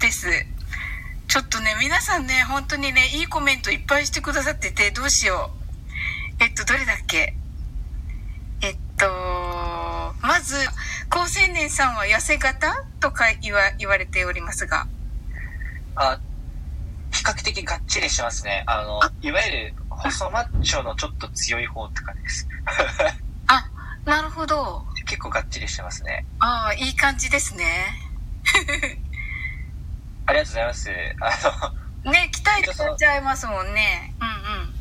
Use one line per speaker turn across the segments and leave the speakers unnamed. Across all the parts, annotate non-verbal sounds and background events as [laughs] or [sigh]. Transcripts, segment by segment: です。ちょっとね、皆さんね、本当にね、いいコメントいっぱいしてくださってて、どうしよう。えっと、どれだっけえっと、まず、高青年さんは痩せ型とか言わ言われておりますが。
あ、比較的がっちりしてますね。あの、いわゆる細マッチョのちょっと強い方って感じです。
あ、なるほど。
結構がっちりしてますね。
ああ、いい感じですね。
ありがとうございます。あの、
ね、鍛えてされちゃいますもんね。うん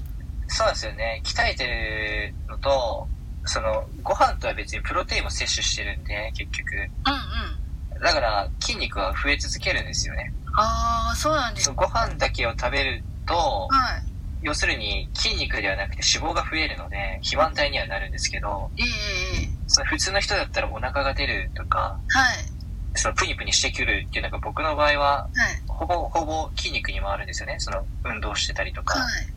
[laughs] そうなんですよね。鍛えてるのと、その、ご飯とは別にプロテインも摂取してるんで、結局。
うん。うんうん。
だから、筋肉は増え続けるんですよね。
ああ、そうなんです
そ。のご飯だけを食べると、
はい。
要するに筋肉ではなくて脂肪が増えるので、肥満体にはなるんですけど、
ええええ
その普通の人だったらお腹が出るとか、
はい。
そのプニプニしてくるっていうのが僕の場合は、
はい。
ほぼほぼ筋肉に回るんですよね。その運動してたりとか、
はい。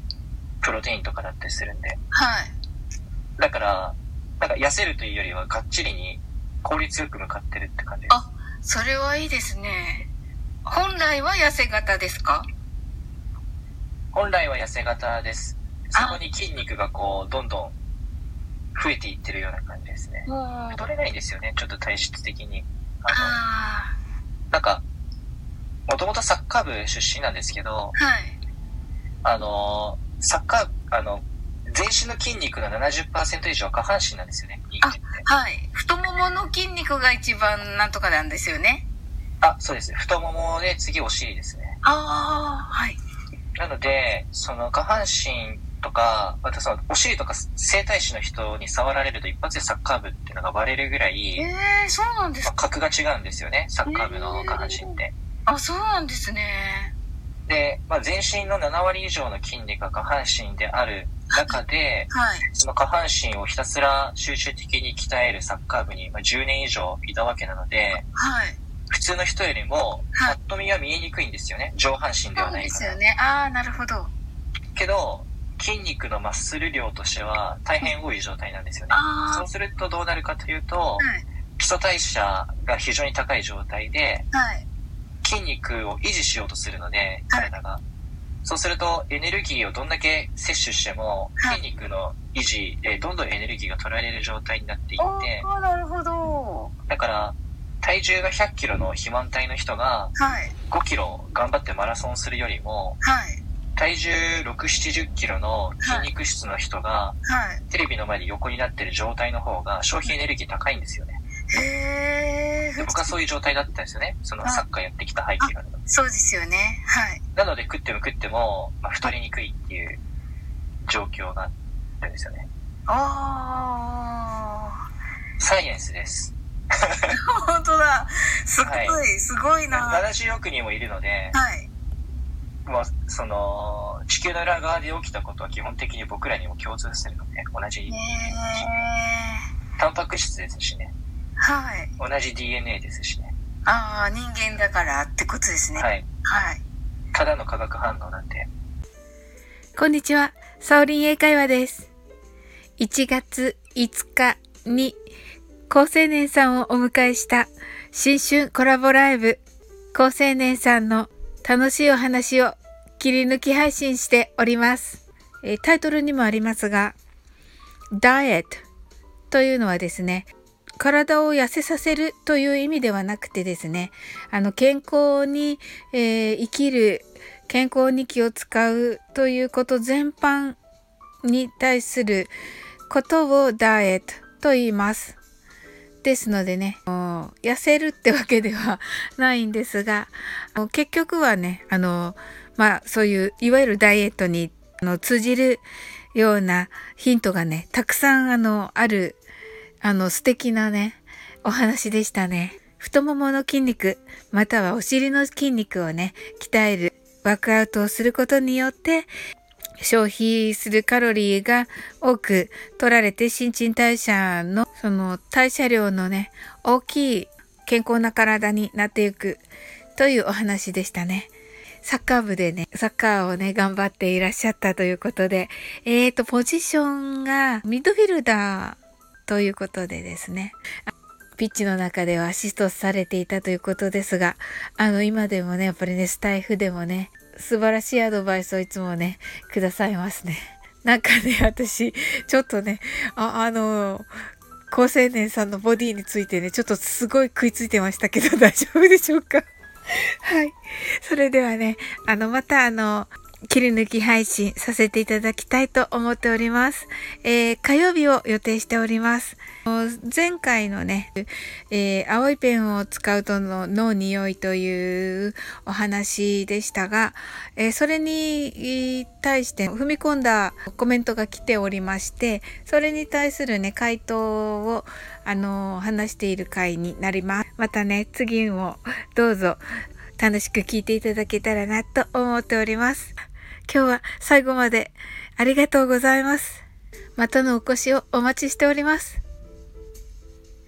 プロテインとかだったりするんで。
はい。
だから、なんか痩せるというよりはがっちりに効率よく向かってるって感じです
あそれはいいですね。本来は痩せ型ですか
本来は痩せ型です。そ
あ
こに筋肉がこう、どんどん増えていってるような感じですね。
あ
太れないんですよね、ちょっと体質的に。あ
あ
の、なんか、もともとサッカー部出身なんですけど、
ー、はい。
あの、サッカー、あの、全身の筋肉の70%以上は下半身なんですよね、人間って。
はい。太ももの筋肉が一番なんとかなんですよね。
あ、そうです。太ももで次お尻ですね。
ああ、はい。
なので、その下半身とか、またそのお尻とか整体師の人に触られると一発でサッカー部っていうのがバレるぐらい、
ええそうなんです
まあ
か。
格が違うんですよね、サッカー部の下半身って。
あ、そうなんですね。
で、まあ、全身の7割以上の筋肉が下半身である中で、
はい。
その下半身をひたすら集中的に鍛えるサッカー部にまあ10年以上いたわけなので、
はい。
普通の人よりも、
は
ぱ
い
っと見は見えにくいんですよね、上半身
そう
では
なん
ない
で
か
す
ら。
よね。ああ、なるほど。
けど、筋肉のマッスル量としては大変多い状態なんですよね。
ああ、
そうするとどうなるかというと、
はい。
基礎代謝が非常に高い状態で、
はい。
筋肉を維持しようとするので、
はい
体が。そうすると、エネルギーをどんだけ摂取しても、
はい
筋肉の維持でどんどんエネルギーが取られる状態になってい
お
って、
ー、なるほど。
だから、体重が100キロの肥満体の人が
はい。
5キロ頑張ってマラソンするよりも、
はい。
体重6、70キロの筋肉質の人が
はい。
テレビの前で横になってる状態の方が消費エネルギー高いんですよね。
へえ、
で僕はそういう状態だったんですよね。そのサッカーやってきた背景があるので
そうですよね。はい。
なので食っても食っても、まあ、太りにくいっていう状況があるんですよね。
あ
サイエンスです。
あ、本当だ。すごい、
はい
すごいな。は
70億人もいるので、
い。
まあ、その、地球の裏側で起きたことは基本的に僕らにも共通するので、同じ、
ね
タンパク質ですしね、
え。はい。
同じ DNA ですしね、
ああ、人間だからってことですね。はい。
はい。ただの化学反応なんで、
こんにちは、サオリン英会話です。1月5日に高青年さんをお迎えした新春コラボライブ高青年さんの楽しいお話を切り抜き配信しております。えータイトルにもありますが、ダイエットというのはですね、体を痩せさせるという意味ではなくてですね、あの健康に、えー生きる健康に気を使うということ全般に対することをダイエットと言います。ですのでね、もう痩せるってわけではないんですが、もう結局はね、あの、まあそういういわゆるダイエットにあの通じるようなヒントがね、たくさんあのある、あの素敵なね、お話でしたね。太ももの筋肉、またはお尻の筋肉をね、鍛えるワークアウトをすることによって消費するカロリーが多く取られて新陳代謝のその代謝量のね大きい健康な体になっていくというお話でしたね。サッカー部でね、サッカーをね、頑張っていらっしゃったということで、えーと、ポジションがミッドフィルダーということでですね、ピッチの中ではアシストされていたということですが、あの、今でもね、やっぱりね、スタイフでもね、素晴らしいアドバイスをいつもね、くださいますね。なんかね、私、ちょっとね、あ、あの、高青年さんのボディについてね、ちょっとすごい食いついてましたけど、大 [laughs] 丈夫でしょうかはい。それではね、あの、またあの、切り抜き配信させていただきたいと思っております。えー火曜日を予定しております。もう前回のね、えー青いペンを使うとの脳に良いというお話でしたが、えーそれに対して踏み込んだコメントが来ておりまして、それに対するね、回答を、あのー話している回になります。またね、次もどうぞ楽しく聞いていただけたらなと思っております。今日は最後までありがとうございます。またのお越しをお待ちしております。